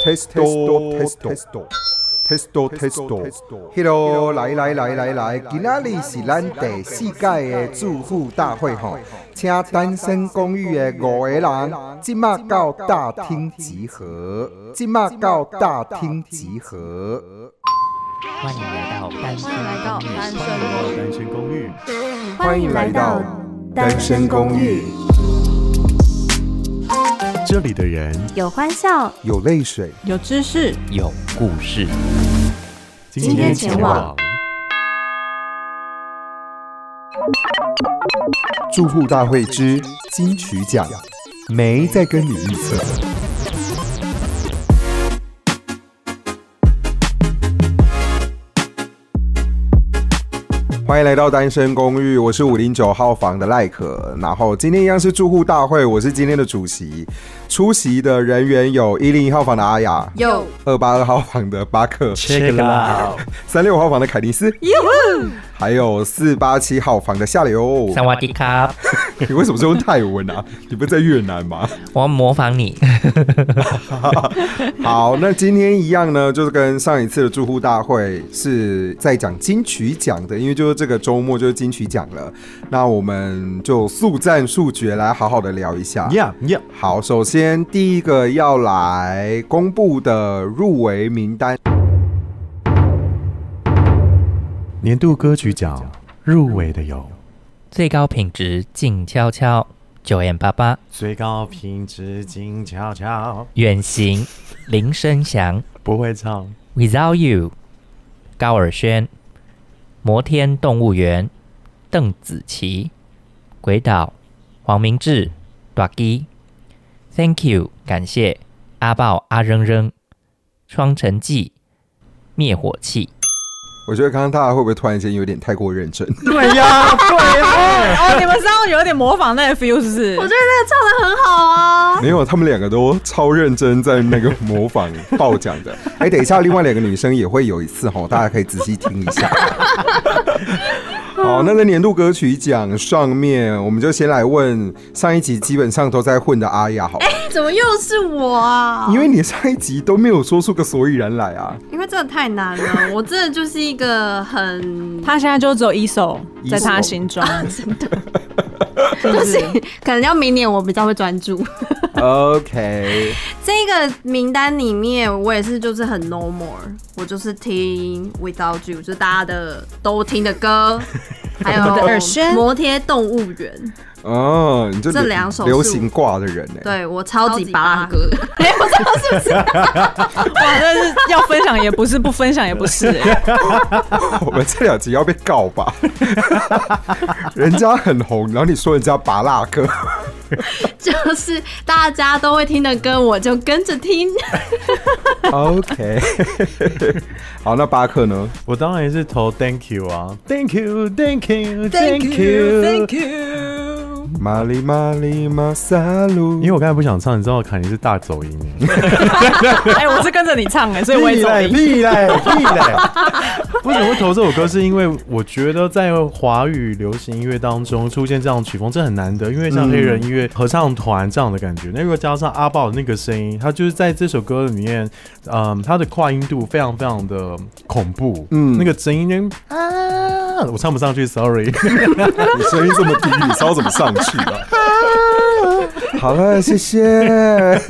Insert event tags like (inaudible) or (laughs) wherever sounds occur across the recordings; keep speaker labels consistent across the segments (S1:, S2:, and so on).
S1: testo testo testo testo
S2: Hello，来来来来来，今仔日是咱第四届的住户大会吼，请单身公寓的五个人，即马到大厅集合，即马到大厅集合。
S3: 欢迎来到单身
S4: 欢迎来到单身公
S3: 单身公寓。
S2: 欢迎来到单身公寓，
S3: 这里的人
S4: 有欢笑，
S2: 有泪水。
S4: 有知识。
S3: 有故事。
S4: 今天前往
S2: 住户大会之金曲奖，没在跟你预测。欢迎来到单身公寓，我是五零九号房的赖可。然后今天一样是住户大会，我是今天的主席。出席的人员有一零一号房的阿雅，
S4: 有
S2: 二八二号房的巴克，
S3: check it out。
S2: 三六号房的凯尼斯，还有四八七号房的夏流。
S3: 萨瓦迪卡，
S2: (laughs) 你为什么是用泰文啊？你不是在越南吗？
S3: 我模仿你。
S2: 好，那今天一样呢，就是跟上一次的住户大会是在讲金曲奖的，因为就是这个周末就是金曲奖了。那我们就速战速决来好好的聊一下。
S1: 呀呀，
S2: 好，首先第一个要来公布的入围名单，
S1: 年度歌曲奖入围的有
S3: 最高品质静悄悄，九 M 八八，
S1: 最高品质静悄悄，
S3: 远行，林声祥
S1: 不会唱
S3: ，Without You，高尔宣，摩天动物园，邓紫棋，鬼岛，黄明志，短 G。Thank you，感谢阿豹阿扔扔，双城记，灭火器。
S2: 我觉得刚刚大家会不会突然间有点太过认真？
S3: 对呀，对呀。
S5: 哦，你们身上有点模仿那个 feel 是不是？
S4: 我觉得那个唱的很好
S2: (laughs)
S4: 啊。
S2: 没有，他们两个都超认真在那个模仿爆奖
S4: (laughs)
S2: 的。哎、等一下，另外两个女生也会有一次哈，大家可以仔细听一下。好，那在年度歌曲奖上面，我们就先来问上一集基本上都在混的阿雅，好吧？
S4: 怎么又是我啊？
S2: 因为你上一集都没有说出个所以然来啊。
S4: (laughs) 因为真的太难 (laughs) 了，我真的就是一个很，
S5: 他现在就只有一首
S2: 一首
S5: 在他心中，哦是不
S4: 就是是？ (laughs) 可能要明年我比较会专注。
S2: OK，
S4: 这个名单里面，我也是就是很 no more，我就是听 Without You，就是大家的都听的 (laughs) 歌，还有
S5: 我的耳宣
S4: 摩天动物园，
S2: 哦，你就
S4: 这
S2: 流
S4: 两首是
S2: 流行挂的人欸呢、
S4: 对我超级巴拉歌，
S5: 哇，这是要分享也不是，不分享也
S2: (laughs)
S5: 不是、哎
S2: 我们这两集要被告吧？ (laughs) 人家很红，然后你说人家拔蜡哥。
S4: (laughs) 就是大家都会听的歌，我就跟着听。
S2: OK，好，那巴克呢？
S1: 我当然是投 Thank you 啊，Thank you，Thank you，Thank you，Thank you。
S5: you。
S2: 玛丽玛丽玛萨路
S1: 因为我刚才不想唱，你知道凯尼是大走音耶，
S5: 哎、我是跟着你唱哎、所以我也走音。
S1: 屁嘞屁嘞！为什么会投这首歌？是因为我觉得在华语流行音乐当中出现这样的曲风，这很难得。因为像
S2: 嗯
S1: 黑人音乐合唱团这样的感觉，那如果加上阿豹的那个声音，他就是在这首歌里面，嗯，他的跨音度非常非常的恐怖，
S2: 嗯
S1: 嗯，那个声音啊，我唱不上去，sorry。
S2: 你声音这么低，你烧怎么上去啊？ (laughs) 好了，谢 (laughs) 谢
S1: (laughs)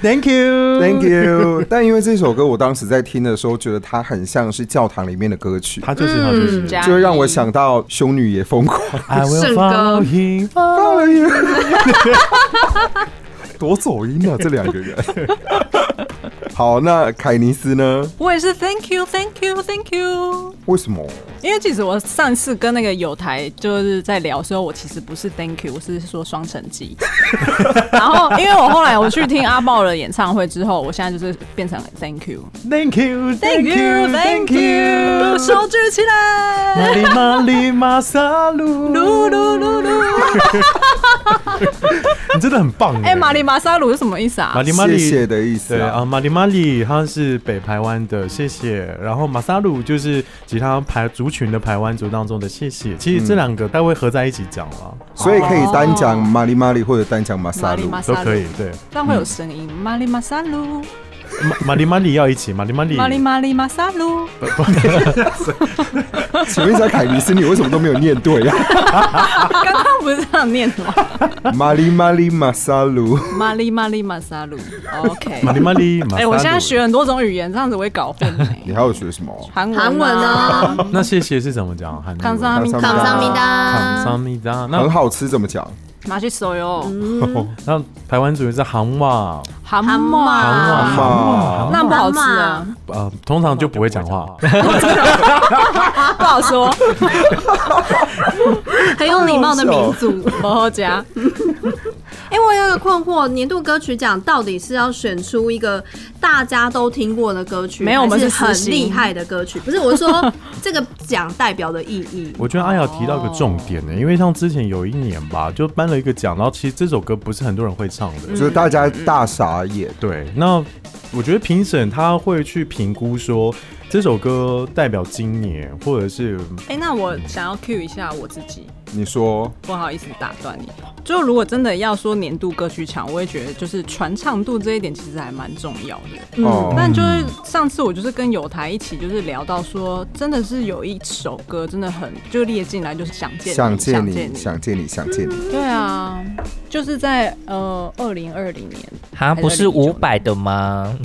S1: Thank you，
S2: ，Thank you。但因 (laughs) 为这首歌，我当时在听的时候，觉得它很像是教堂里面的歌曲，
S1: 他就是他就是。
S5: 加
S2: 就会让我想到《修女也疯狂
S1: I
S4: 圣
S1: will
S4: 歌
S1: follow him。
S2: 哎呀》， (laughs) 多走音啊，这两个 (laughs) 人。好，那凯尼斯呢？
S5: 我也是 Thank you，Thank you，Thank you。
S2: 为什么？
S5: 因为其实我上次跟那个友台就是在聊的时候，我其实不是 Thank you，我是说双城
S2: (laughs)
S5: 记。然后因为我后来我去听阿豹的演唱会之后，我现在就是变成 Thank you。
S1: Thank you，Thank you，Thank you。
S5: 手举起来，
S1: 玛丽玛丽玛萨鲁，
S5: 噜噜噜噜。
S1: 你真的很棒耶
S5: 哎、马里马萨鲁是什么意思啊？
S1: 玛丽玛
S2: 谢
S1: 丽，
S2: 谢的意思
S1: 对
S2: 啊。
S1: 啊，玛丽玛丽他是北台湾的，谢谢。然后马萨鲁就是其他排族群的排湾族当中的谢谢。其实这两个待会合在一起讲啊了，
S2: 所以可以单讲玛丽玛丽或者单讲马萨
S5: 马里
S2: 鲁。
S5: 马萨
S1: 都
S5: 鲁
S1: 可以，对。
S5: 这样会有声音。马里马萨鲁，
S1: 马马里马里要一起，马里马里
S5: 玛丽玛丽玛莎鲁，
S2: 请问一下凯尼斯，你为什么都没有念对 (laughs) 啊？
S5: 刚刚不是这样念的吗？
S1: (laughs)
S2: 玛丽玛丽马萨鲁，
S5: 玛丽玛丽玛莎鲁，OK。
S1: 马里马里，马 (laughs)
S5: 哎、
S1: 萨
S5: 我现在
S1: 鲁
S5: 学很多种语言，这样子我会搞混、
S1: (laughs)
S2: 你
S5: 欸。
S2: 还有学什么？
S5: 韩文、
S4: 韩文
S5: 啊，
S4: 啊，
S1: 那谢谢是怎么讲？韩
S5: 康
S1: 文
S5: 萨米达，
S2: 康萨米
S1: 康
S4: 达
S1: 桑，米达，
S2: 很
S1: 那
S2: 好吃怎么讲？
S5: 马去手哟，
S4: 嗯
S1: 那台湾主语是韩话，
S5: 韩
S4: 韩
S5: 文
S1: 韩话，
S5: 啊
S2: 文
S1: 韩话，
S5: 那不好吃啊，
S1: 呃，通常就不会讲话。
S5: 啊不好说，
S4: (laughs) 很有礼貌的民
S5: (laughs)
S4: 族。
S5: 族不好加。
S4: 哎、我有一个困惑，年度歌曲奖到底是要选出一个大家都听过的歌曲，
S5: 没有
S4: 还
S5: 我们
S4: 是
S5: 是
S4: 很
S5: 私心
S4: 厉害的歌曲？不是，我是
S5: (laughs)
S4: 说这个奖代表的意义。
S1: 我觉得阿瑶提到一个重点呢、因为像之前有一年吧，就颁了一个奖，然后其实这首歌不是很多人会唱的，
S2: 就是大家大傻眼，
S1: 对，那我觉得评审他会去评估说这首歌代表今年，或者是
S5: 哎、那我想要 cue 一下我自己，
S2: 你说
S5: 不好意思打断你。就如果真的要说年度歌曲奖，我也觉得就是传唱度这一点其实还蛮重要的。
S2: 哦，
S5: 但就是上次我就是跟友台一起就是聊到说，真的是有一首歌真的很就列进来就是想见你
S2: 想见
S5: 想见
S2: 你，
S5: 你
S2: 想见你，想见你，
S5: 对啊，就是在呃二零二零年，
S3: 哈，不是五百的吗？ (laughs)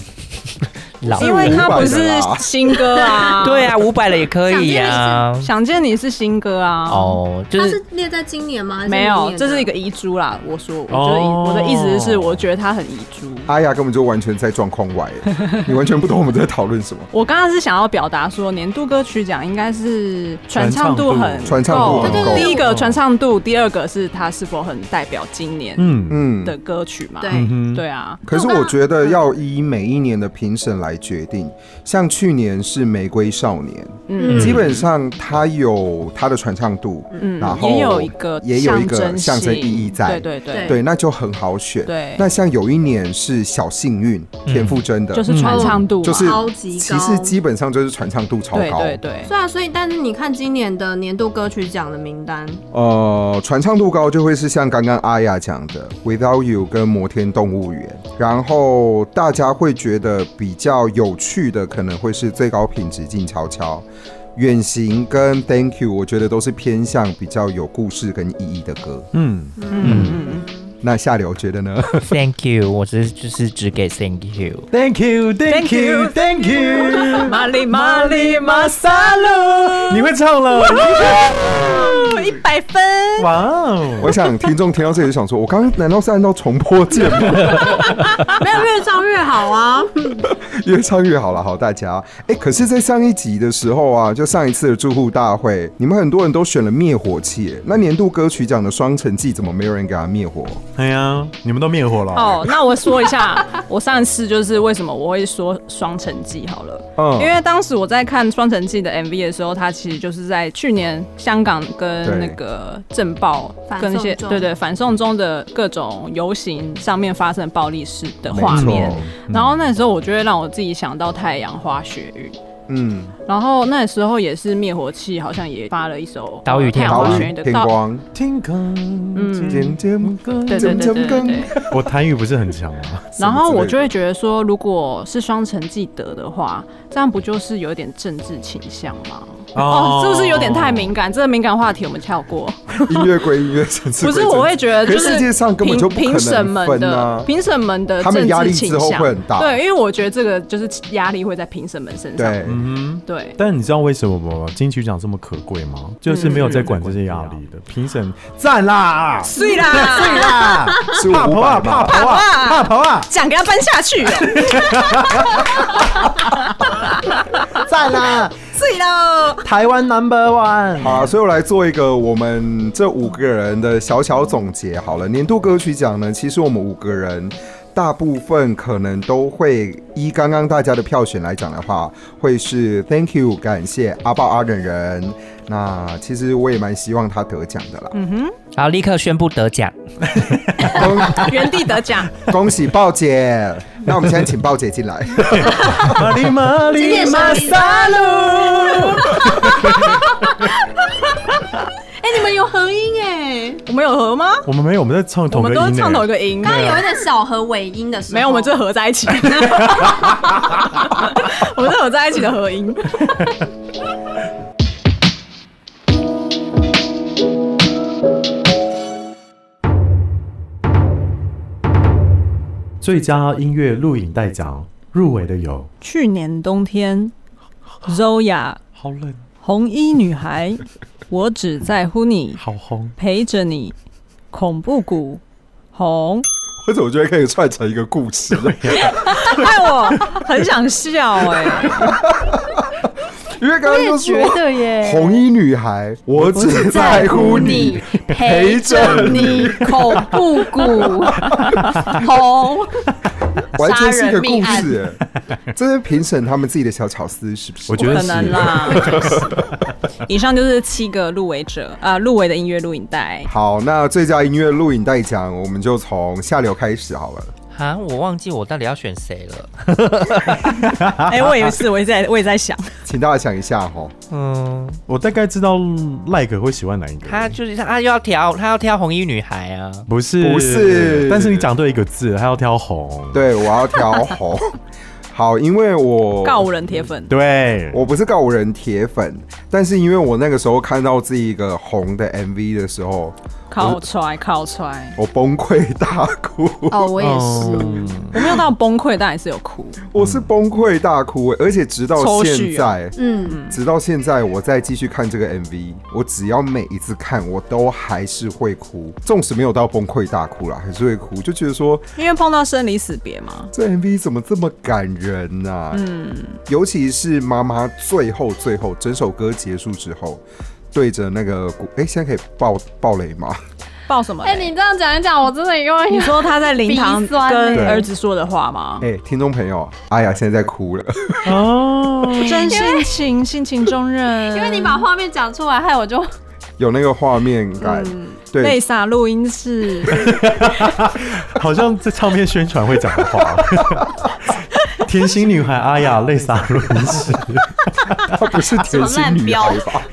S3: 老
S5: 因为
S2: 500
S5: 它不
S2: 哎的
S5: 是
S2: 啦
S5: 新
S2: (laughs)
S5: 歌啊，
S3: 对啊，五百的也可以啊。
S5: 想见你是新歌啊，
S3: 哦，就
S4: 它
S3: 是
S4: 是列在今年吗？还是
S5: 没
S4: 明
S5: 有，
S4: 哦年的
S5: 这是一个遗珠啦。我说，我觉得、
S1: 哦
S5: 我的意思是，我觉得它很遗珠。
S2: 阿雅根本就完全在状况外， (laughs) 你完全不懂我们在讨论什么。
S5: 我刚刚是想要表达说，年度歌曲奖应该是传唱度很
S2: 传唱度
S5: 够
S2: 很
S4: 够
S5: 第一个传唱度，第二个是它是否很代表今年
S1: 嗯
S2: 嗯，
S5: 的歌曲嘛？
S4: 对
S1: 嗯哼，
S5: 对啊，
S2: 可是我觉得要依每一年的评审来决定，像去年是《玫瑰少年》，
S5: 嗯
S2: 基本上它有它的传唱度，
S5: 嗯
S2: 然，后
S5: 也有一个
S2: 也有一个
S5: 征
S2: 象征
S5: 性
S2: 意义在
S5: 对对
S4: 对
S2: 对，那就很好选。
S5: 对
S2: 那像有一年是《小幸运》，田馥甄的，嗯
S5: 就是传唱度嘛，
S2: 就是
S4: 超级
S2: 其
S4: 高
S2: 实基本上就是传唱度超
S5: 对
S2: 高，
S5: 对对，
S4: 对啊，所以但是你看今年的年度歌曲奖的
S5: (laughs)
S4: 名单，
S2: 呃，传唱度高就会是像刚刚阿雅讲的《Without You》跟《摩天动物园》，然后大家会觉得比较有趣的可能会是最高品质静悄悄。远行跟 Thank You，我觉得都是偏向比较有故事跟意义的歌。
S1: 嗯，
S5: 嗯嗯
S2: 那下流觉得呢
S3: Thank you，我是就是只给 Thank you。
S1: Thank you, thank you, thank you。
S5: 嗯，玛丽玛丽玛莎
S1: 你会唱
S5: (laughs)
S1: 了，
S5: 露一百分，
S1: 哇哦！
S2: (laughs) 我想听众听到这里想说，我刚刚难道是按照重播键吗？
S4: 没有越唱越
S5: (laughs)
S4: 好啊。
S2: (laughs) 越唱越好了，好大家。哎、可是，在上一集的时候啊，就上一次的住户大会，你们很多人都选了灭火器，那年度歌曲奖的《双城记》怎么没有人给他灭火？
S1: 哎呀，你们都灭火了
S5: 哦，那我说一
S2: (laughs)
S5: 下，我上次就是为什么我会说《双城记》好了，
S2: 嗯
S5: 因为当时我在看《双城记》的 MV 的时候，它其实就是在去年香港跟那个政报
S4: 反
S5: 跟一些
S4: 送中
S5: 对对反送中的各种游行上面发生暴力事的画面
S2: 没错，
S5: 然后那时候我就会让我自己想到太阳花学运。
S2: 嗯，
S5: 然后那时候也是灭火器，好像也发了一首
S3: 岛屿
S5: 太
S3: 天
S5: 阳
S3: 光
S5: 花
S2: 岛
S5: 学
S2: 屿
S5: 运的
S2: 天
S5: 岛
S2: 光，
S1: 天空，
S5: 嗯
S2: 尖尖
S5: 对对对
S2: (laughs)
S5: 对对对。
S1: 我台语不是很强啊，
S5: 然后我就
S2: 得
S5: 会觉得说，如果是双城记得的话，这样不就是有点政治倾向吗？哦，是不是有点太敏感？这个敏感话题我们跳过。
S2: 音乐归音乐，层次归
S5: 不是，
S2: 层次
S5: 我会觉得就
S2: 可是世界上根本就
S5: 评
S2: 不可能
S5: 评审们
S2: 分啊
S5: 的评审们的
S2: 他们
S5: 政
S2: 压力
S5: 治
S2: 之
S5: 倾
S2: 后
S5: 向
S2: 会很大
S5: 对，因为我觉得这个就是压力会在评审们身上。
S2: 对，
S1: 嗯哼。
S5: 对，
S1: 但你知道为什么金曲奖这么可贵吗？就是没有在管这些压力的评审，赞啦，
S5: 碎
S4: (laughs)
S5: 啦，
S1: 啦，
S2: 是
S1: 怕
S2: 五
S1: 跑啊，
S2: 百
S1: 怕
S2: 吧？
S1: 跑啊，怕跑啊，
S5: 奖给他颁下去哦，
S1: 赞啦，
S5: 碎喽。
S1: 台湾 Number One。
S2: 好，所以我来做一个我们这五个人的小小总结好了。年度歌曲奖呢，其实我们五个人大部分可能都会依刚刚大家的票选来讲的话，会是 Thank you，感谢阿豹阿忍人。那其实我也蛮希望他得奖的啦，
S3: 好，立刻宣布得奖。
S5: 原地
S2: (laughs)
S5: 得奖，
S2: 恭喜豹姐。那我们现在请豹姐进 (laughs) 来，
S1: 玛丽玛
S4: 今
S1: 丽
S4: 天是
S1: 马萨鲁，
S4: 哎、你们有合音哎，
S5: 我们有合吗？
S1: 我们没有，我们在唱
S5: 我
S1: 同个
S5: 们都
S1: 音
S5: 唱同一
S1: 呢。
S5: 个音。
S4: 刚刚有一点小合尾音的时候，
S5: 没有，我们这合在一起， (laughs) 我们这合在一起的合音。
S1: 最佳音乐录影带奖入围的有，
S5: 去年冬天，Zoya
S1: 好冷，
S5: 红衣女孩，我只在乎你，
S1: 好红，
S5: 陪着你，恐怖谷红，
S2: 或者我觉得可以串成一个故事。啊
S5: 害哎我很想笑哎、
S2: 因为刚刚就说
S5: 得耶
S2: 红衣女孩，我只在乎你，陪着你。
S5: 恐怖谷红，
S2: (laughs) 完全是一个
S4: 杀人命
S2: 故
S4: 案
S2: 事、哎 (laughs) 这是评审他们自己的小巧思，是不是？
S1: 我觉得
S5: 可
S1: 是
S5: 能啦。 (laughs) 以上就是七个入围者啊、入围的音乐录影
S2: (laughs)
S5: 带。
S2: 好，那最佳音乐录影带奖，我们就从下流开始好了。
S3: 啊，我忘记我到底要选谁了。
S5: 哎、我也是，我也在，我也在想，
S2: 请大家想一下哈，
S3: 嗯，
S1: 我大概知道赖可会喜欢哪一个。
S3: 他就是他又要挑，他要挑红衣女孩啊。
S1: 不是
S2: 不是
S1: 但是你讲对一个字，他要挑红。
S2: 对我要挑红。好，因为我
S5: 告五人铁粉。
S1: 对，
S2: 我不是告五人铁粉，但是因为我那个时候看到这一个红的 MV 的时候，
S5: 靠出来，靠出来！
S2: 我崩溃大哭，
S4: 哦，我也是，
S1: 嗯
S5: 我没有到崩溃，但也是有哭。
S2: 我是崩溃大哭、而且直到
S5: 抽
S2: 现
S5: 蓄
S2: 在，
S4: 嗯，
S2: 直到现在，我再继续看这个 MV，我只要每一次看，我都还是会哭，纵使没有到崩溃大哭啦，还是会哭，就觉得说
S5: 因为碰到生离死别嘛，
S2: 这 MV 怎么这么感人呐、嗯，尤其是妈妈最后最后整首歌结束之后，对着那个鼓，哎、现在可以爆爆雷吗？
S5: 爆什么雷？
S4: 哎，你这样讲一讲，我真的因
S5: 你
S4: (laughs) 为
S5: 说他在灵堂
S4: 鼻酸欸
S5: 跟儿子说的话吗？
S2: 哎、听众朋友，哎呀，现在在哭了，
S1: 哦，
S5: 真性情，性情中人。
S4: 哎因为你把画面讲出来，害我就
S2: 有那个画面感，
S5: 泪
S2: 对，
S5: 洒录音室，
S1: (laughs) 好像这唱片宣传会讲的话。 (laughs) 甜心女孩阿雅泪洒录音室，
S2: 啊她不是甜心女孩吧？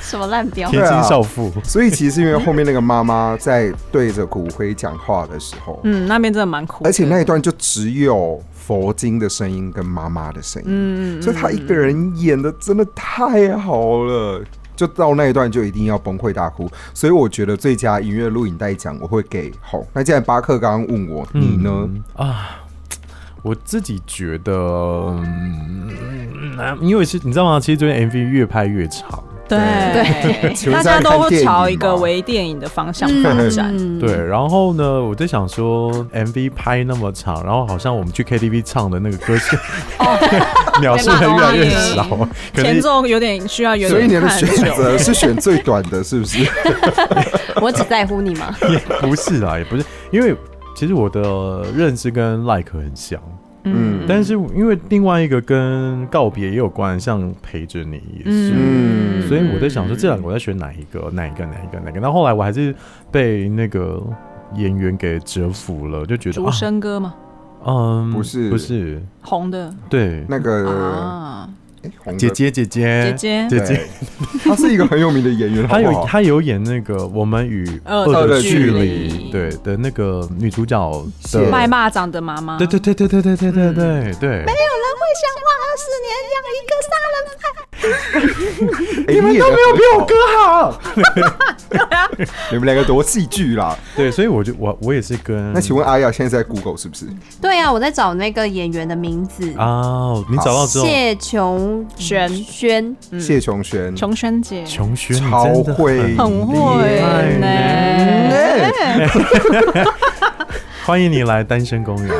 S4: 什么烂标，
S1: 甜心少妇。
S2: 所以其实因为后面那个妈妈在对着骨灰讲话的时候，
S5: 嗯，那边真的蛮苦的，
S2: 而且那一段就只有佛经的声音跟妈妈的
S5: 嗯
S2: 声音，所以他一个人演的真的太好了。就到那一段就一定要崩溃大哭，所以我觉得最佳音乐录影带奖我会给红。那既然巴克刚刚问我，你呢？
S1: 嗯啊我自己觉得，嗯，嗯因为是你知道吗？其实最近 MV 越拍越长，(laughs)
S5: 对
S2: 请
S5: 大
S2: 问
S5: 家
S2: 在
S5: 都
S2: 看
S5: 会
S2: 电影
S5: 朝一
S2: 吗
S5: 个为电影的方向发展。
S2: 嗯
S4: 嗯
S1: 对。然后呢，我在想说，MV 拍那么长，然后好像我们去 KTV 唱的那个歌曲，
S2: 哦
S1: (laughs) 秒数还越来越少，可能
S5: 前奏有点需要有
S2: 所以你
S5: 点
S2: 的
S5: 看
S2: 选
S5: 久，
S2: 择是选最短的，是不
S5: (laughs)
S2: 是？
S4: 我只在乎你嘛，
S1: 也不是啦，也不是，因为其实我的认知跟 like 很像，
S2: 嗯
S1: 但是因为另外一个跟告别也有关，像陪着你也是。
S2: 嗯
S1: 所以我在想说，这两个我在选哪一个？哪一个？哪一个？哪一个？那后来我还是被那个演员给折服了，就觉得
S5: 竹
S1: 啊，
S5: 笙歌嘛，
S1: 嗯，
S2: 不是
S1: 不是，
S5: 红的
S1: 对，
S2: 那个、
S5: 啊，
S2: 诶红的
S1: 姐姐姐姐
S5: 姐姐
S1: 姐姐，
S2: 对他是一个很有名的演员，好
S1: 她
S2: 不
S1: 有
S2: 好？
S1: 她有演那个《我们与
S5: 恶
S1: 恶
S2: 的
S1: 的
S2: 距
S1: 距
S5: 离
S1: 离》对的那个女主角
S2: 谢
S1: 的
S2: 麦
S5: 卖蚂蚱的妈妈，
S1: 对对对对对对对对对对，
S2: 哎你们都没有比我哥好， (laughs) 你们两个多戏剧啦！
S5: 嗯
S1: 对，所以我就我我也是跟
S2: 那请问阿雅现在在 Google 是不是？
S4: 对啊，我在找那个演员的名字，
S1: 啊，你找到之后，
S4: 谢琼
S5: 轩
S4: 轩，
S2: 谢琼轩
S5: 嗯琼轩姐
S1: 琼轩你
S2: 超
S1: 真的
S2: 会，
S1: 很
S5: 很会
S1: 厉
S5: 呢。
S2: 呢，
S1: 欢迎你来单身公园，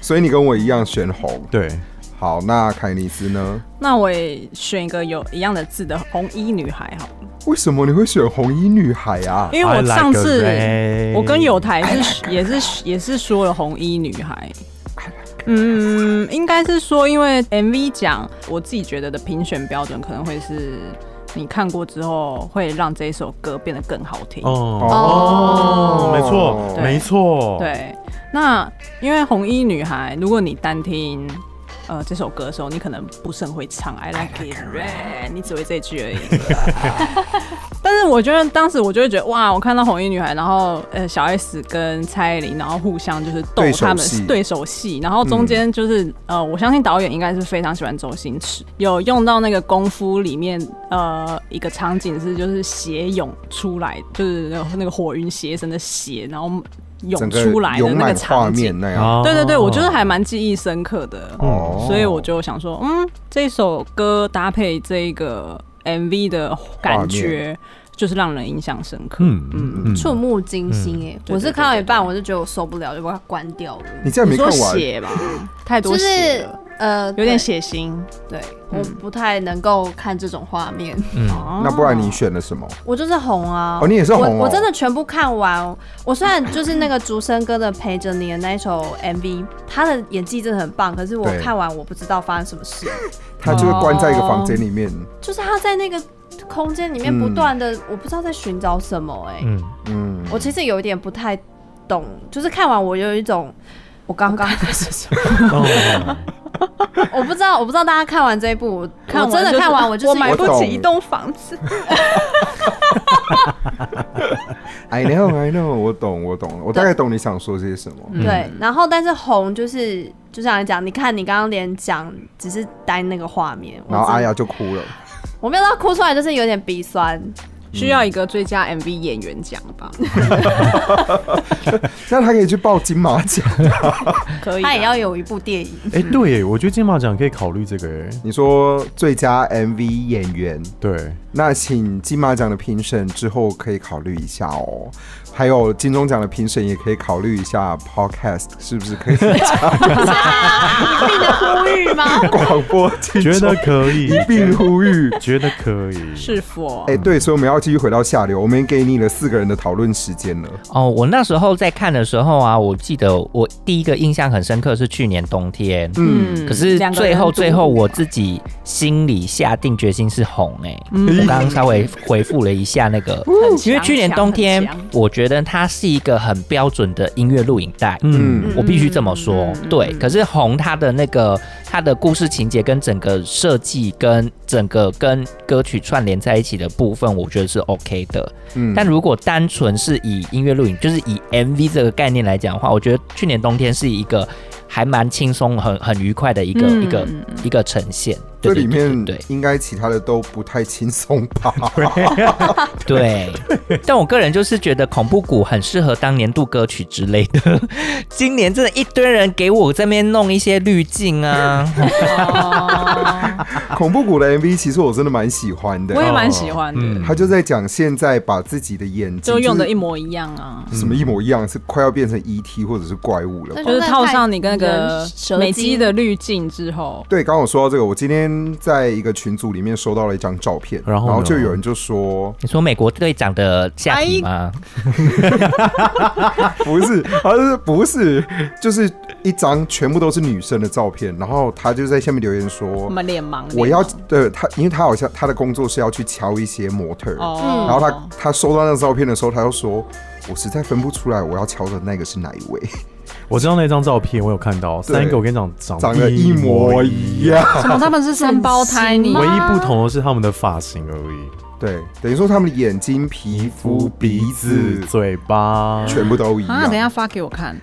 S2: 所以你跟我一样选红。
S1: 对，
S2: 好，那凯尼斯呢？
S5: 那我也选一个有一样的字的红衣女孩好了，
S2: 为什么你会选红衣女孩啊？
S5: 因为我上次
S1: I like a rain
S5: 我跟友台是也是也是说了红衣女孩。嗯，应该是说，因为 MV 奖，我自己觉得的评选标准可能会是你看过之后会让这一首歌变得更好听。
S1: 哦，没错，
S5: 对
S1: 没错，，
S5: 对，那因为红衣女孩，如果你单听呃这首歌的时候，你可能不是很会唱 I like it red，你只会这一句而已。 (laughs) 但是我觉得当时我就会觉得哇，我看到红衣女孩，然后呃小 S 跟蔡依林，然后互相就是斗
S2: 对手
S5: 他们
S2: 戏
S5: 对手戏，然后中间就是、呃我相信导演应该是非常喜欢周星驰，有用到那个功夫里面呃一个场景是就是血涌出来，就是那个那个火云邪神的血，然后
S2: 整
S5: 涌
S2: 个
S5: 出来的
S2: 涌
S5: 那个
S2: 满画
S5: 场景
S2: 面。那样。
S1: 哦
S3: 哦
S5: 对对对，我觉得还蛮记忆深刻的，
S2: 哦
S5: 所以我就想说，嗯，这首歌搭配这个 MV 的感觉，就是让人印象深刻。
S1: 嗯
S5: 嗯，
S1: 嗯
S4: 触目惊心哎、
S5: 对
S4: 我是看到一
S5: 对对
S4: 半
S5: 对
S4: 我就觉得我受不了，就把它关掉了。
S2: 你竟然
S5: 你
S2: 没看
S5: 说
S2: 完？
S5: 血吧，太多
S4: 就
S5: 血
S4: 是
S5: 了，
S4: 呃，
S5: 有点
S4: 对
S5: 血腥。
S4: 对，我不太能够看这种画面。
S3: 嗯
S5: 哦
S2: 那不然你选了什么？
S4: 我就是红啊！
S2: 哦你也是红哦
S4: 我我真的全部看完。我虽然就是那个竹生哥的《陪着你》的那一首 MV，他的演技真的很棒，可是我
S2: 对
S4: 看完我不知道发生什么事，
S2: 他就是关在一个房间里面，
S5: 哦
S4: 就是他在那个空间里面
S2: 嗯
S4: 不断的，我不知道在寻找什么、哎、
S3: 嗯，
S2: 嗯，
S4: 我其实有一点不太懂，就是看完我有一种。我刚刚
S2: (laughs)
S1: 哦 (laughs)
S4: 我不知道，我不知道大家看完这一部，我
S5: 看
S4: 我
S5: 完
S4: 真
S5: 就是
S4: 的看完，我就
S5: 我
S4: 是
S5: 买
S2: 我
S5: 不
S2: 懂
S5: 起一栋房子。
S3: 嗯
S2: I know I know，我懂我懂，我大概懂你想说些什么。
S5: 嗯
S4: 对，然后但是红就是就像你讲，你看你刚刚连讲只是单那个画面，我
S2: 然后
S4: 只
S2: 阿雅就哭了，
S4: 我没有到哭出来，就是有点鼻酸。
S5: 需要一个最佳 MV 演员奖吧？
S2: 那他可以去报金马奖。
S5: 可以啊，
S4: 他也要有一部电 (laughs) 影，
S1: 哎，对耶，我觉得金马奖可以考虑这个耶。
S2: 你说最佳 MV 演员，
S1: 对，
S2: 那请金马奖的评审之后可以考虑一下哦，还有金钟奖的评审也可以考虑一下 Podcast 是不是
S5: (laughs)
S2: 可以
S4: 一并的呼吁吗？
S2: 广播剧
S1: 觉得可以，
S2: 并呼吁。
S1: 觉得可以。
S5: 是否
S2: 哎、？对，所以我们要继续回到下流，我们也给你了四个人的讨论时间了。
S3: 哦，我那时候在看的时候啊，我记得我第一个印象很深刻是去年冬天，
S2: 嗯，
S3: 可是
S5: 两个人
S3: 最后
S5: 独
S3: 最后我自己心里下定决心是红哎、我刚刚稍微回复了一下那 (laughs) 个，
S5: 很强
S3: 因为去年冬天
S5: 很强很强，
S3: 我觉得它是一个很标准的音乐录影带，
S1: 嗯，
S2: 嗯
S3: 我必须这么说，对。可是红它的那个它的故事情节跟整个设计跟整个跟歌曲串联在一起的部分，我觉得是 OK 的。
S2: 嗯
S3: 但如果单纯是以音乐录影，就是以 MV 这个概念来讲的话，我觉得去年冬天是一个还蛮轻松、很很愉快的一个、
S5: 嗯
S3: 一个
S5: 嗯
S3: 一个呈现。
S2: 这
S3: 对
S2: 里面
S3: 对
S2: 应该其他的都不太轻松吧？
S3: 对对，但我个人就是觉得恐怖谷很适合当年度歌曲之类的。今年真的一堆人给我这边弄一些滤镜啊，
S5: 哦
S2: 恐怖谷的 MV 其实我真的蛮喜欢
S5: 我也
S2: 的，
S5: 蛮喜欢的，
S1: 嗯
S2: 他就在讲现在把自己的眼睛
S5: 就用的
S2: 是
S5: 一模一样啊。
S2: 什么一模一样，是快要变成 ET 或者是怪物了吧。
S5: (laughs) 就是套上你跟那个
S4: 人蛇
S5: 美
S4: 精
S5: 肌的滤镜之后，
S2: 对，刚刚我说到这个，我今天在一个群组里面收到了一张照片，
S1: 然后呢
S2: 就有人就说
S3: 你说美国队长的下体吗？
S2: 不是，他是不是就是一张全部都是女生的照片，然后他就在下面留言
S5: 我
S2: 说
S5: 们脸盲。
S2: 我
S5: 脸
S2: 要
S5: 盲
S2: 对他，因为他好像他的工作是要去敲一些模特儿，
S5: 哦，
S2: 然后他他收到那照片的时候，他就说。我实在分不出来，我要敲的那个是哪一位，
S1: 我知道那张照片，我有看到
S2: 对
S1: 三个，我跟你讲，长
S2: 长得哦一模一样。
S5: 什么？他们是三胞胎？你
S1: 唯一不同的是他们的发型而已，
S2: 对，等于说他们的眼睛、皮肤、鼻子
S1: 嘴巴，
S2: 全部都一样。
S5: 啊，等一下发给我看。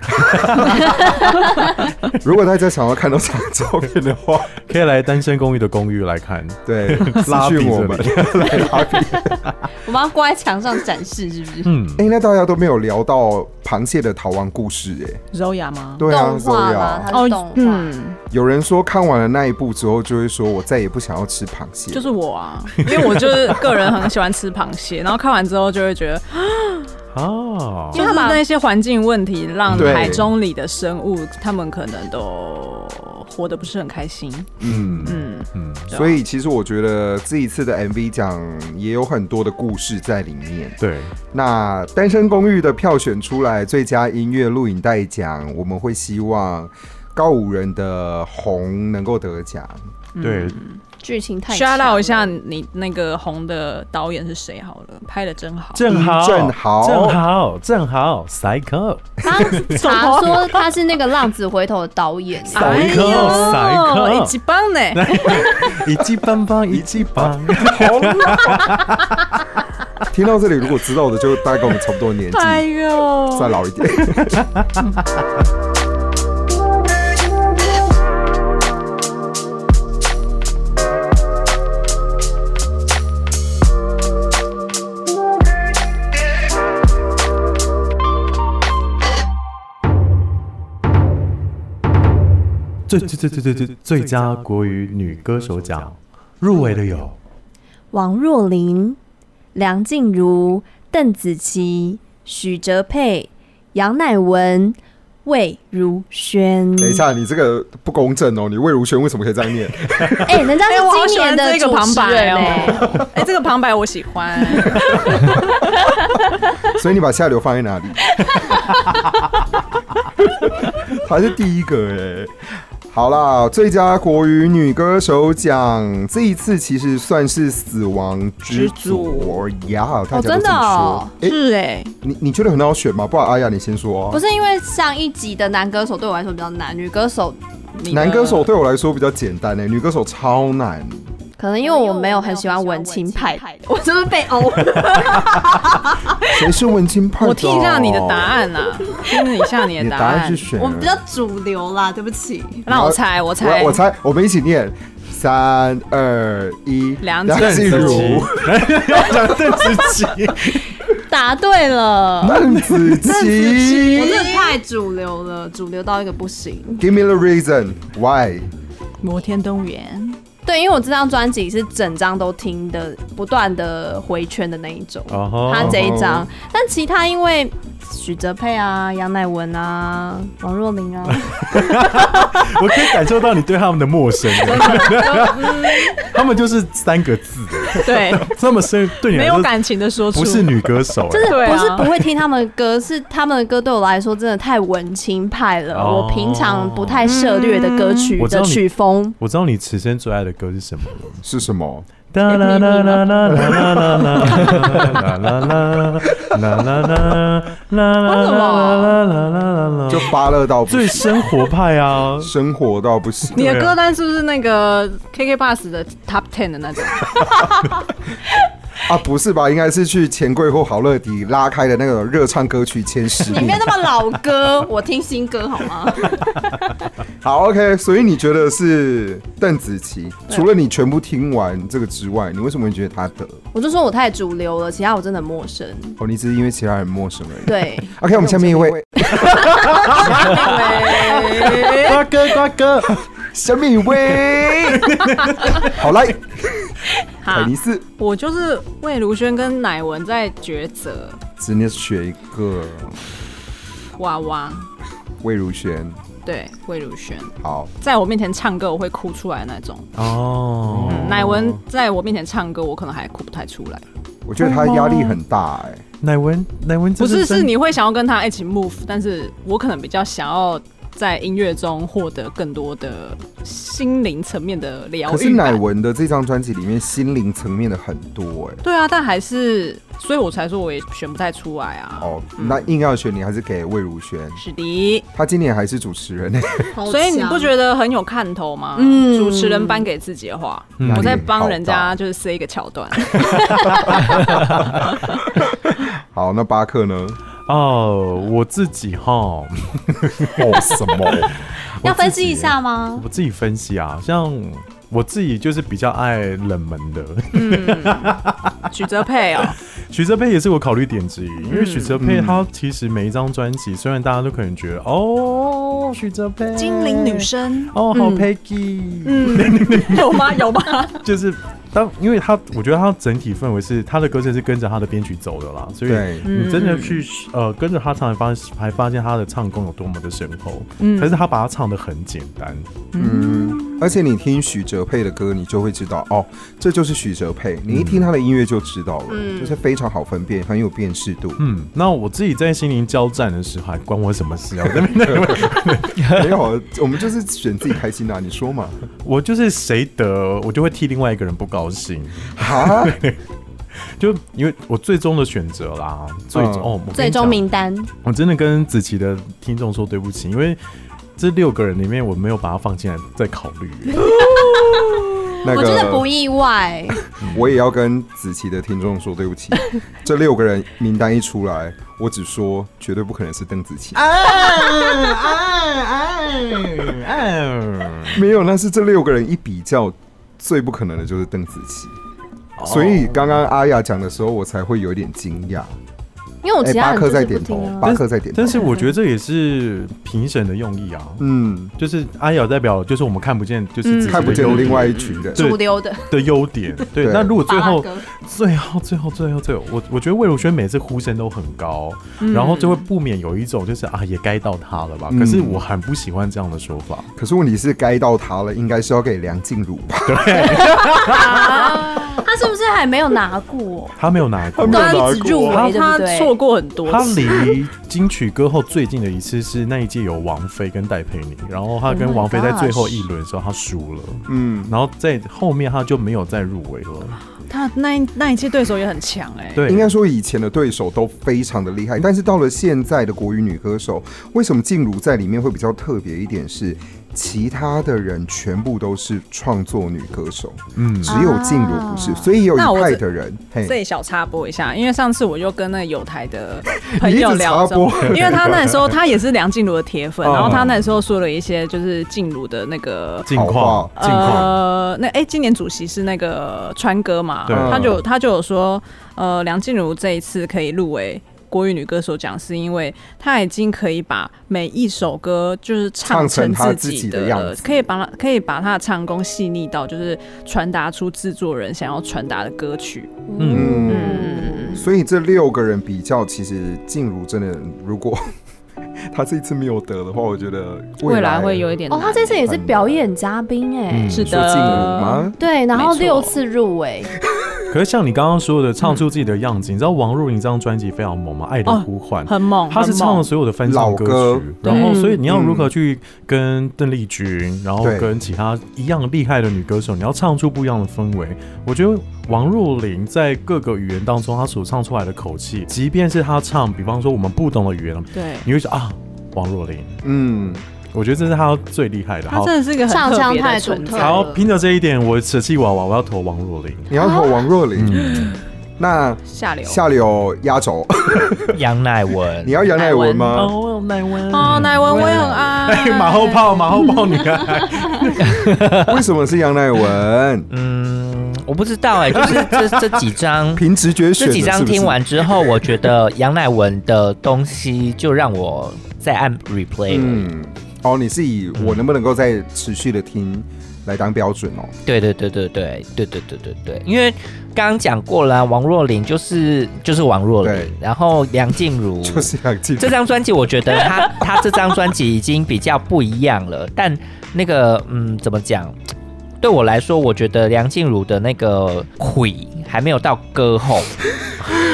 S2: 如果大家想要看到这张照片的话，
S1: 可以来单身公寓的公寓来看。
S2: 对， (laughs)
S1: 拉
S2: 私讯
S1: 比
S2: 我
S1: 这
S2: 们
S1: 里
S2: 来 (laughs) 拉比。
S4: 我把它挂在墙上展示，是不是？
S1: 嗯，
S2: 哎、那大家都没有聊到螃蟹的逃亡故事、哎，
S5: 柔雅吗？
S2: 对啊
S4: 动，
S2: 所
S4: 画
S2: 以
S4: 吗？
S2: 啊，
S4: 它是动画。
S5: 嗯，
S2: 有人说看完了那一部之后，就会说我再也不想要吃螃蟹，
S5: 就是我啊，因为我就是个人很喜欢吃螃蟹， (laughs) 然后看完之后就会觉得，
S1: 啊，
S5: 就是那些环境问题让
S2: 对
S5: 海中里的生物，他们可能都活得不是很开心。
S2: 嗯。
S5: 嗯，
S1: 嗯，
S4: 啊
S2: 所以其实我觉得这一次的 MV 奖也有很多的故事在里面。
S1: 对，
S2: 那《单身公寓》的票选出来最佳音乐录影带奖，我们会希望高五人的《红》能够得奖。
S1: 对，
S4: 剧情太强
S5: shout
S4: 了
S5: out 一下你那个红的导演是谁好了，拍的真好。
S1: 正好，
S2: 正好
S1: 正好，正好，cycle，
S4: 他查说他是那个《浪子回头》的
S5: (laughs)
S4: 导演，
S1: 哎呦塞克
S5: 一级棒
S2: (laughs)
S5: 呢！
S1: 一记棒棒，一记棒。
S2: 听到这里，如果知道的就大概跟我们差不多年纪，
S5: 哎呦，
S2: 再老一
S4: (laughs)
S2: 点。
S1: 最最最最最最最佳国语女歌手奖入围的有
S4: 王若琳、梁静茹、邓紫棋、许哲佩、杨乃文、魏如萱。
S2: 等一下，你这个不公正哦！你魏如萱为什么可以这样
S4: (laughs)
S2: 念？
S4: 哎、人家
S5: 哎我好
S4: 是今
S5: 喜欢
S4: 年的
S5: 这个
S4: 主
S5: 旁
S4: 持
S5: 白
S4: 人
S5: 哦
S4: 哎、
S5: 哎，这个旁白我
S2: (laughs)
S5: 喜欢。
S2: 所以你把下流放在哪里？ (laughs) 还是第一个哎、好啦，最佳国语女歌手奖这一次其实算是死亡之组呀，大家
S4: 哦，真
S2: 都
S4: 的
S2: 这
S4: 哦
S2: 么，说。哎、
S5: 是哎，
S2: 你你觉得很好选吗？不然阿雅你先说、
S4: 不
S2: 啊。
S4: 是因为上一集的男歌手对我来说比较难，女歌手
S5: 你的
S2: 男歌手对我来说比较简单哎、女歌手超难。
S4: 可能因为我没有很喜欢文青派的，我就是被殴。
S2: 谁是文青派的？
S5: 我替一下你的答。案呐，听一下
S2: (laughs)
S5: 你
S2: 你
S5: 的
S2: 的
S5: 答
S2: 答案
S5: 案
S2: 是。
S1: 啊
S2: 选，
S4: 我比较主流啦，对不起。
S5: 让我猜，我猜，
S2: 我我猜，我们一起念，三二一，
S5: 梁
S2: 梁
S5: 静
S2: 静
S1: 邓紫
S2: 茹
S1: 棋，，讲邓紫棋，
S4: 答对了，
S2: 邓紫棋
S4: 我真的太主流了，主流到一个不行。
S2: ，Give me the reason why，
S5: 摩天动物园。
S4: 对，因为我这张专辑是整张都听的，不断的回圈的那一种。
S1: 哦吼
S4: 他这一张，但其他因为许哲佩啊、杨乃文啊、王若琳啊，
S1: 我可以感受到你对他们的陌生，他们就是三个字，
S5: (laughs)
S2: (laughs)
S5: 对，
S1: 这么深对你
S5: 没
S1: 来
S5: 有
S1: 说
S5: 感情的说出，
S1: 不是女歌手，
S4: 真的
S5: 对啊
S4: 不是不会听他们的歌，是他们的歌对我来说真的太文青派了，
S1: 哦
S4: 我平常不太涉猎的歌曲
S1: 嗯我知道
S4: 的
S1: 你
S4: 曲风。
S1: 我知道你此生最爱的歌是什么了。
S2: 是什么？
S1: 哒啦啦啦啦啦啦啦啦啦啦啦啦啦啦啦啦啦啦啦
S2: 就巴乐到不
S1: 最
S2: 行，
S1: 生活派啊！
S2: 生活到不行。
S5: 你的
S1: 对啊
S5: 歌单是不是那个 KK Bus 的 Top Ten 的
S2: (laughs)
S5: 那种？
S2: 啊，不是吧？应该是去钱柜或好乐迪拉开的那个热唱歌曲前十
S4: 里
S2: 名
S4: 面。那么老歌，我听新歌好吗？
S2: 好，OK。所以你觉得是邓紫棋？除了你全部听完这个之外，你为什么会觉得她得？
S4: (laughs) 我就说我太主流了，其他我真的很陌生。
S2: 哦，你只是因为其他人陌生而已。
S4: 对，
S2: OK，我们下面一位，哎
S1: 瓜哥瓜哥，
S2: (laughs) 下面一
S5: (laughs)
S2: 位，好来，凯
S5: 哈
S2: 尼，斯，
S5: 我就是魏如萱跟乃文在抉择。
S2: 只能选一个
S5: 娃娃，
S2: 魏如萱。
S5: 对，魏如萱
S2: 好，
S5: 在我面前唱歌我会哭出来那种。
S1: 哦，
S5: 嗯，乃文在我面前唱歌，我可能还哭不太出来。
S2: 我觉得她压力很大哎、
S5: 嗯
S1: 乃文乃文，
S5: 不是，是你会想要跟他一起 move，但是我可能比较想要在音乐中获得更多的心灵层面的疗愈。
S2: 可是乃，文的这张专辑里面心灵层面的很多哎、
S5: 对啊，但还是，所以我才说我也选不太出来啊。
S2: 哦，那硬要选你还是给魏如萱，
S5: 是的，
S2: 她今年还是主持人、欸，
S5: 所以你不觉得很有看头吗？
S4: 嗯
S5: 主持人颁给自己的话，
S1: 嗯
S5: 我在帮人家就是塞一个
S1: (laughs)
S5: 桥段。
S2: 好，那巴
S5: (laughs)
S2: 克呢？
S1: 哦，我自己哈，
S2: 哦，什么？
S4: 要分析一下吗？
S1: 我自己分析啊，像我自己就是比较爱冷门的，
S5: 许哲佩哦，
S1: 许哲佩也是我考虑点之一，因为许哲佩他其实每一张专辑，虽然大家都可能觉得哦，许哲佩
S5: 精灵女生
S1: 哦，好
S5: 嗯
S1: Peggy，
S5: 有吗？有吗？
S1: 就是当因为他，我觉得他整体氛围是他的歌声是跟着他的编曲走的啦，所以
S2: 对
S4: 嗯
S1: 你真的去呃跟着他唱，发
S4: 嗯
S5: 嗯
S1: 还发现他的唱功有多么的深厚，但是他把它唱的很简单，
S2: 嗯，而且你听许哲佩的歌，你就会知道哦，这就是许哲佩。你一听他的音乐就知道了，
S5: 嗯
S2: 就是非常好分辨，很有辨识度。
S1: 嗯，那我自己在心灵交战的时候，还关我什么事啊？ (laughs) 我在
S4: 嗯
S1: 那边
S2: (laughs) 没有，我们就是选自己开心的啊、你说
S4: (laughs)
S2: 嘛？
S1: 我就是谁得，我就会替另外一个人不高兴，
S2: 哈，
S1: 就因为我最终的选择啦，最终、
S2: 嗯
S1: 哦，我跟你
S4: 最终
S1: 讲
S4: 名单，
S1: 我真的跟子琪的听众说对不起，因为这六个人里面我没有把他放进来再考虑。
S2: 那
S4: 我真的不
S2: 个
S4: 意外。
S1: (laughs)
S2: 我也要跟子琪的听众说对不
S4: (laughs)
S2: 起，这六个人名单一出来，我只说绝对不可能是邓紫棋，
S4: 啊
S2: 没有，那是这六个人一比较，最不可能的就是邓紫棋。
S4: 哦
S2: 所以刚刚阿雅讲的时候，我才会有一点惊讶。
S4: 因为我
S2: 哎、
S4: 其他
S2: 巴
S4: 人
S2: 克
S4: 就
S2: 在
S4: 是不
S2: 点头
S1: (laughs)
S4: 听，
S1: 哎
S4: 啊。
S2: 巴克在点头
S1: 但。是我觉得这也是评审的用意啊，
S2: 嗯，
S1: 就是阿雅代表就是我们看不见，就是自己
S2: 看不
S1: 的
S2: 见
S1: 优
S2: 另
S1: 点
S2: 外一群人。
S1: 对
S5: 主流的
S1: 的优点。对，
S2: 对
S1: 那如果最后
S5: 巴拉格
S1: 最后最后最后最后，我我觉得魏如萱每次呼声都很高，
S5: 嗯
S1: 然后就会不免有一种就是啊也该到她了吧。
S2: 嗯
S1: 可是我很不喜欢这样的说法。
S2: 可是问题是，该到他了，应该是要给梁静茹吧？
S4: (laughs) 他是不是还没有拿过？
S1: 她没有拿过，
S4: 对啊，啊一直入围，对不
S5: 他错
S4: 对？
S5: 过很多
S1: 她
S5: 次，
S1: 离金曲歌后最近的一次是那一届有王菲跟戴佩妮，然后她
S4: Oh
S1: 跟
S4: my
S1: 王菲在最后一轮的时候她输了，
S2: 嗯，
S1: 然后在后面她就没有再入围了。
S5: 他那一那一届对手也很强哎、
S1: 对，
S2: (laughs) 应该说以前的对手都非常的厉害，但是到了现在的国语女歌手，为什么静茹在里面会比较特别一点是？其他的人全部都是创作女歌手，
S1: 嗯
S2: 只有静茹不是，
S4: 啊
S2: 所以有
S5: 那
S2: 一
S5: 我
S2: 派
S5: 这
S2: 的人，
S5: 这
S2: 嘿，
S5: 里小插播一下，因为上次我就跟那个友
S2: (laughs)
S5: 台的朋
S2: 你一
S5: 友
S2: 直
S5: 聊
S2: 插
S5: 中
S2: 播，嗯
S5: 因为他那
S2: (laughs)
S5: 时候他也是梁静茹的铁粉，
S1: 哦
S5: 然后他那时候说了一些就是静茹的那个
S1: 近况近况，
S5: 呃，
S2: 嗯
S5: 那哎、今年主席是那个川哥嘛，
S1: 对
S5: 他就他就有说，呃，梁静茹这一次可以入围。国语女歌手奖是因为她已经可以把每一首歌就是唱
S2: 唱成她
S5: 自
S2: 自己
S5: 己
S2: 的样子
S5: 可以把她可以把她的唱功细腻到，就是传达出制作人想要传达的歌曲。
S1: 嗯
S5: 嗯，
S2: 所以这六个人比较，其实静茹真的，如果 (laughs) 她这一次没有得的话，我觉得
S5: 未来会有一点
S4: 哦，他
S5: 难
S4: 这次也是表演嘉宾哎
S1: 嗯，
S5: 是
S2: 你说静茹
S5: 的
S2: 吗，？
S4: 对，然后
S5: 没错
S4: 六次
S5: (laughs)
S4: 入围，
S1: 可是像你刚刚说的，唱出自己的样子，你知道王若琳这张专辑非常猛吗？《爱的
S5: 哦
S1: 呼唤》
S5: 很猛，
S1: 他是
S5: 很
S1: 唱
S5: 猛
S1: 了所有的翻唱
S2: 老
S1: 歌
S2: 歌
S1: 曲，
S5: 对
S1: 然后所以
S5: 嗯
S1: 你要如何去跟邓丽君，然后
S2: 对
S1: 跟其他一样厉害的女歌手，你要唱出不一样的氛围。我觉得王若琳在各个语言当中，她所唱出来的口气，即便是她唱，比方说我们不懂的语言，
S5: 对，
S1: 你会想啊，王若琳，
S2: 嗯，
S1: 我觉得这是她最厉害的。
S5: 他
S1: 好，
S5: 真的是一个
S4: 上
S5: 很特
S4: 腔
S5: 别
S4: 太
S5: 的
S4: 独
S5: 存
S4: 特
S5: 在。
S1: 好，凭着这一点，我舍弃娃娃，我要投王若琳。
S2: 你要投王若琳，
S1: 嗯，
S2: 那
S5: 下流
S2: 下流压轴，
S3: 杨乃
S2: (laughs)
S3: 文
S2: 你，要杨乃文吗？
S1: 我有奶文
S5: 哦，乃文我也
S1: (laughs)
S5: 很爱，
S1: 哎马后炮，马后炮，你
S5: (laughs)
S1: 看，
S2: 为什么是杨乃文？
S3: 嗯，我不知道哎、就是这这几张
S2: 凭直觉选
S3: 这
S2: 的，
S3: 几
S2: 是
S3: 张
S2: 不是
S3: 听完之后，我觉得杨乃文的东西就让我再按 replay 了。
S2: 嗯，哦，你是以我能不能够再持续的听来当标准哦。
S3: 对对对对对对对对对对，因为刚刚讲过了啊、王若琳就是就是王若
S2: 对
S3: 琳，然后梁静茹
S2: (laughs) 就是杨静茹
S3: 这张专辑，我觉得她她这张专辑已经比较不一样了，但那个嗯，怎么讲？对我来说，我觉得梁静茹的那个悔还没有到歌后，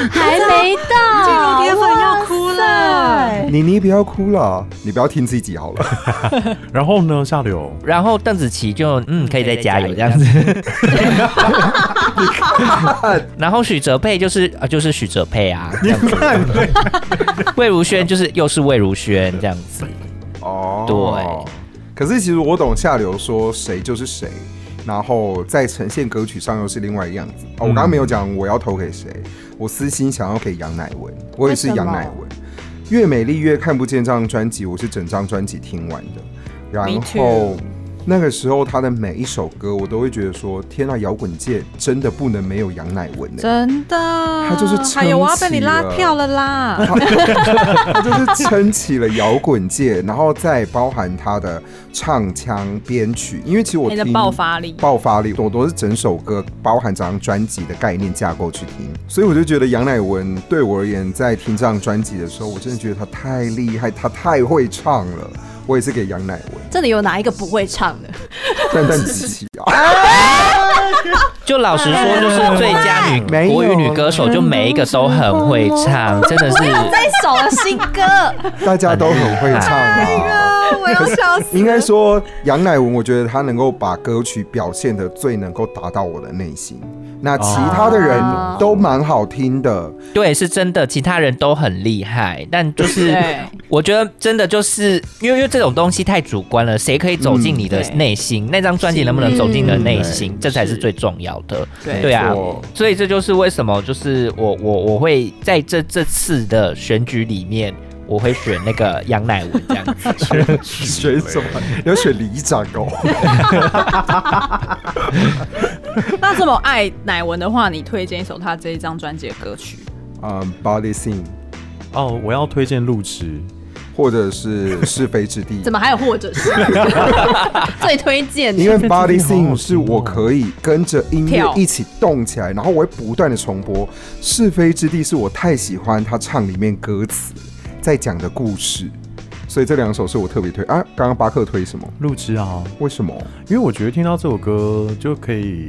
S4: 还没到，
S5: 进入铁粉要哭了。
S2: 妮妮不要哭了，你不要听这一集好了。
S1: 然后呢，下流。
S3: 然后邓紫棋就嗯可以再加油这样子，然后许哲佩就是啊就是许哲佩啊，这样子魏如萱就是又是魏如萱这样子，
S2: 哦，对。可是其实我懂下流说谁就是谁，然后在呈现歌曲上又是另外一个样子。哦，我刚刚没有讲我要投给谁，
S5: 嗯
S2: 我私心想要给杨乃
S5: 哦
S2: 文，我也是杨乃文。越美丽越看不见这张专辑，我是整张专辑听完的，然
S5: Me
S2: 后
S5: too。
S2: 那个时候，他的每一首歌，我都会觉得说：天啊，摇滚界真的不能没有杨乃文、欸。
S5: 真的，他
S2: 就是
S5: 还有我要
S2: 撑
S5: 被
S2: 起
S5: 你拉
S2: 了
S5: 票了啦！ (laughs)
S2: 他就是撑起了摇滚界，然后再包含他的唱腔、编曲，因为其实我
S5: 你的
S2: 听
S5: 爆发力，
S2: 爆发力，我都是整首歌包含整张专辑的概念架构去听，所以我就觉得杨乃文对我而言，在听这张专辑的时候，我真的觉得他太厉害，他太会唱了。我也是给杨乃文，
S4: 这里有哪一个不会唱的？
S2: 但但子琪啊，
S3: 就老实说，就是最佳女
S2: 没有
S3: 国语女歌手，就每一个都很会唱，真的是
S4: 在手的新歌，
S5: (laughs)
S2: 大家都很会唱
S5: 哎
S2: 啊。
S5: 哦
S4: 我要笑死。
S2: 应该说，杨乃文，我觉得他能够把歌曲表现的最能够达到我的内心。那其他的人都蛮好听的，
S3: 对，是真的，其他人都很厉害，但就是
S5: 对
S3: 我觉得真的就是因为因为这种东西太主观了，谁可以走进你的
S5: 嗯对
S3: 内心？那张专辑能不能走进你的内心
S2: 嗯，
S3: 这才是
S5: 是
S3: 最重要的。
S5: 对
S3: 对啊
S2: 没错，
S3: 所以这就是为什么就是我我我会在这这次的选举里面，我会选那个杨乃文这样子。
S5: (laughs)
S2: 选什么？你要选里长哦。 (laughs)
S5: 那这么爱乃文的话，你推荐一首他这一张专辑的歌曲？
S2: 嗯，Body Sing，
S1: 哦，我要推荐路痴，
S2: 或者是是非之地
S5: (laughs) 怎。么还有或
S2: (laughs)
S5: 者是？
S4: 最推荐
S2: 因为 Body
S1: 非之地好好
S2: Sing
S1: 听哦
S2: 是我可以跟着音乐
S5: 跳
S2: 一起动起来，然后我会不断的重播。是非之地是我太喜欢他唱里面歌词在讲的故事，所以这两首是我特别推啊。刚刚巴克推什么？
S1: 路痴啊，
S2: 为什么？
S1: 因为我觉得听到这首歌就可以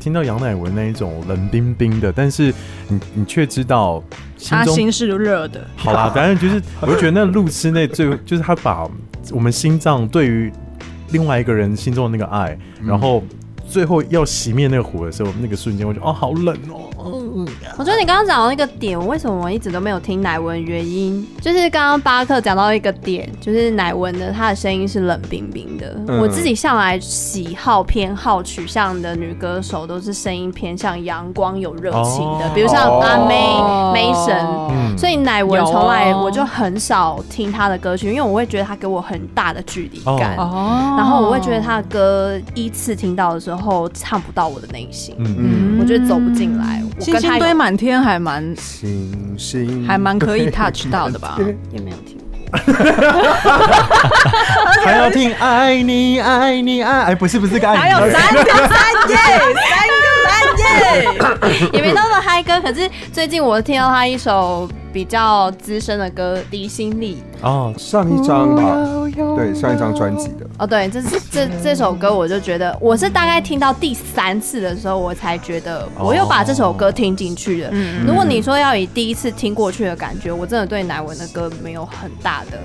S1: 听到杨乃文那一种冷冰冰的，但是你你却知道心
S5: 他
S1: 中
S5: 心是热的，
S1: 好 (laughs) 啦，反正就是，我就觉得那路痴那 (laughs) 最就是他把我们心脏对于另外一个人心中的那个爱，然后最后要熄灭那个火的时候，那个瞬间，我就哦，好冷哦。
S5: 嗯
S4: 我觉得你刚刚讲到一个点，为什么我一直都没有听乃文？原因就是刚刚巴克讲到一个点，就是乃文的她的声音是冷冰冰的。
S2: 嗯
S4: 我自己向来喜好偏好取向的女歌手都是声音偏向阳光有热情的，
S1: 哦
S4: 比如像阿妹、
S5: 哦
S4: 妹神。
S1: 嗯
S4: 所以乃文从来
S5: 有哦
S4: 我就很少听她的歌曲，因为我会觉得她给我很大的距离感，
S1: 哦
S5: 哦
S4: 然后我会觉得她的歌依次听到的时候唱不到我的内心。
S1: 嗯，
S2: 嗯，
S4: 我觉得走不进来。我
S5: 星
S4: 跟
S5: 星
S4: 他
S5: 堆
S4: 有
S5: 满天还蛮
S2: 星星
S5: 还蛮可以 touch 到
S2: (laughs)
S5: 的吧？
S4: 也没有听过。
S1: 还要听爱你爱你爱，哎，不是不是这个
S5: 还
S1: 爱
S5: 有
S1: 你，
S5: 三个三耶，
S4: 也没那么嗨歌。可是最近我听到他一首比较资深的歌《离心力
S1: 哦，
S2: 上一张吧，对，上一张专辑的》。
S4: 哦，对，这是这这首歌，我就觉得我是大概听到第三次的时候，我才觉得我又把这首歌听进去了。
S5: 嗯
S4: 如果你说要以第一次听过去的感觉，我真的对乃文的歌没有很大的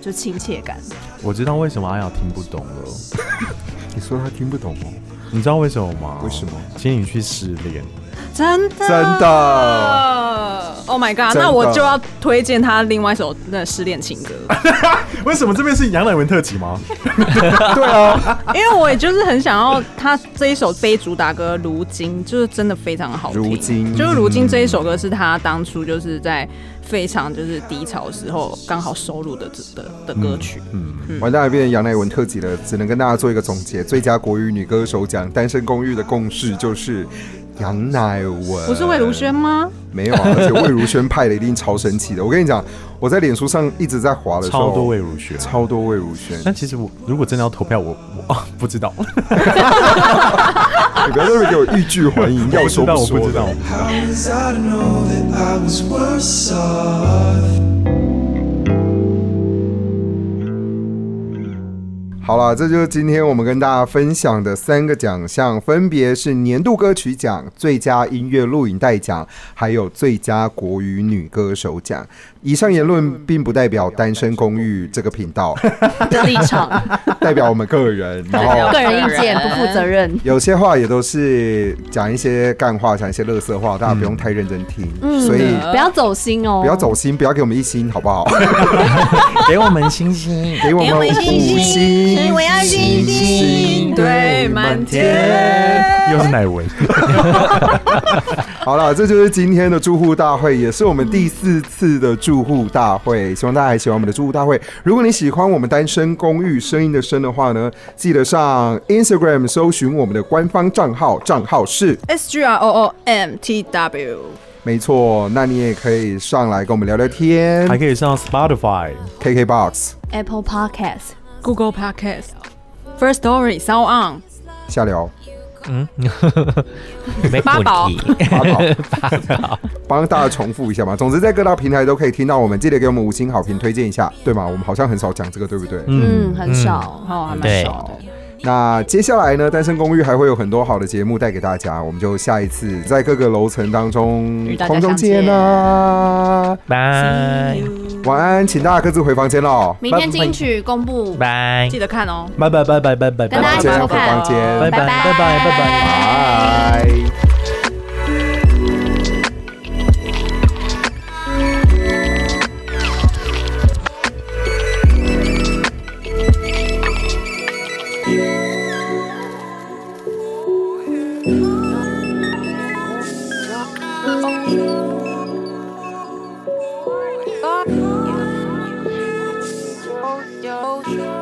S4: 就亲切感。
S1: 我知道为什么阿雅听不懂了，
S2: 你说他听不懂哦？
S1: 你知道为什么吗？
S2: 为什么？
S1: 请你去失恋，
S5: (laughs) 真的
S2: 真的，
S5: Oh my
S2: 真
S5: god！
S2: 的
S5: 那我就要推荐他另外一首那失恋情歌，
S1: 为什么这边是杨乃文特辑吗？
S2: 对啊，
S5: (laughs) 因为我也就是很想要他这一首非主打歌《如今》，就是真的非常好听。
S2: 如今
S5: 就是《如今》这一首歌是他当初就是在非常就是低潮的时候刚好收录的的的歌曲。
S2: 嗯
S5: 嗯
S2: 完蛋了，变成杨乃文特辑了，只能跟大家做一个总结：最佳国语女歌手奖《单身公寓》的共识就是杨乃文，
S5: 不是魏如萱吗？
S2: 没有啊，而且魏如萱派的一定超神奇的。我跟你讲，我在脸书上一直在滑的时候，
S1: (laughs) 超多魏如萱。
S2: 超多魏如萱，
S1: 但其实我如果真的要投票，我我啊不知道，
S2: 你不要在那边给我欲拒还迎，要
S1: (laughs) 我
S2: 说
S1: 知道
S2: 不
S1: 我
S2: 说
S1: 不知道
S2: 的。。
S6: How was I to know that I was worse off?
S2: 好了，这就是今天我们跟大家分享的三个奖项，分别是年度歌曲奖、最佳音乐录影带奖，还有最佳国语女歌手奖。以上言论并不代表《单身公寓》这个频道，
S4: 的立场，
S2: 代表我们个人。然后
S4: 个人意见不负责任。
S2: 有些话也都是讲一些干话，讲一些乐色话，大家不用太认真听。
S4: 嗯
S2: 所以
S4: 不要走心哦，
S2: 不要走心，不要给我们一星，好不好？
S1: 给我们星星，
S2: 给我们五星，
S4: 我要星星
S5: 堆满天。
S1: 又是乃文。
S2: 好了，这就是今天的住户大会，也是我们第四次的住户大会。希望大家还喜欢我们的住户大会。如果你喜欢我们单身公寓声音的声的话呢，记得上 Instagram 搜寻我们的官方账号，账号是
S5: S G R O O M T W。
S2: 没错。那你也可以上来跟我们聊聊天
S1: 还可以上 Spotify。
S2: ，KKBox
S4: Apple Podcast。
S5: Google Podcast、First Story、Sound On、
S2: 下聊。
S3: 嗯， (laughs) 没
S5: 八宝
S3: 问题，
S2: 八宝
S3: 八宝，
S2: 帮大家重复一下嘛。总之，在各大平台都可以听到我们，记得给我们五星好评，推荐一下，对吗？我们好像很少讲这个，对不对？
S4: 嗯，很
S3: 嗯
S4: 少。
S5: 哦，还蛮
S3: 对
S5: 少的。
S2: 那接下来呢，《单身公寓》还会有很多好的节目带给大家，我们就下一次在各个楼层当中
S5: 与大家
S2: 空中
S5: 相
S2: 见
S5: 见
S2: 啦！
S3: (laughs) 拜
S2: 晚安，请大家各自回房间喽。
S4: 明天金曲公布，
S3: 拜
S5: 记。得看哦。
S1: 拜拜拜拜拜拜
S4: 跟大家
S1: 拜
S4: 一起
S2: 见
S4: 收
S2: 回房
S4: 看，
S2: 间
S1: 拜拜拜拜拜拜。
S2: 拜。
S7: Oh, yo, yo.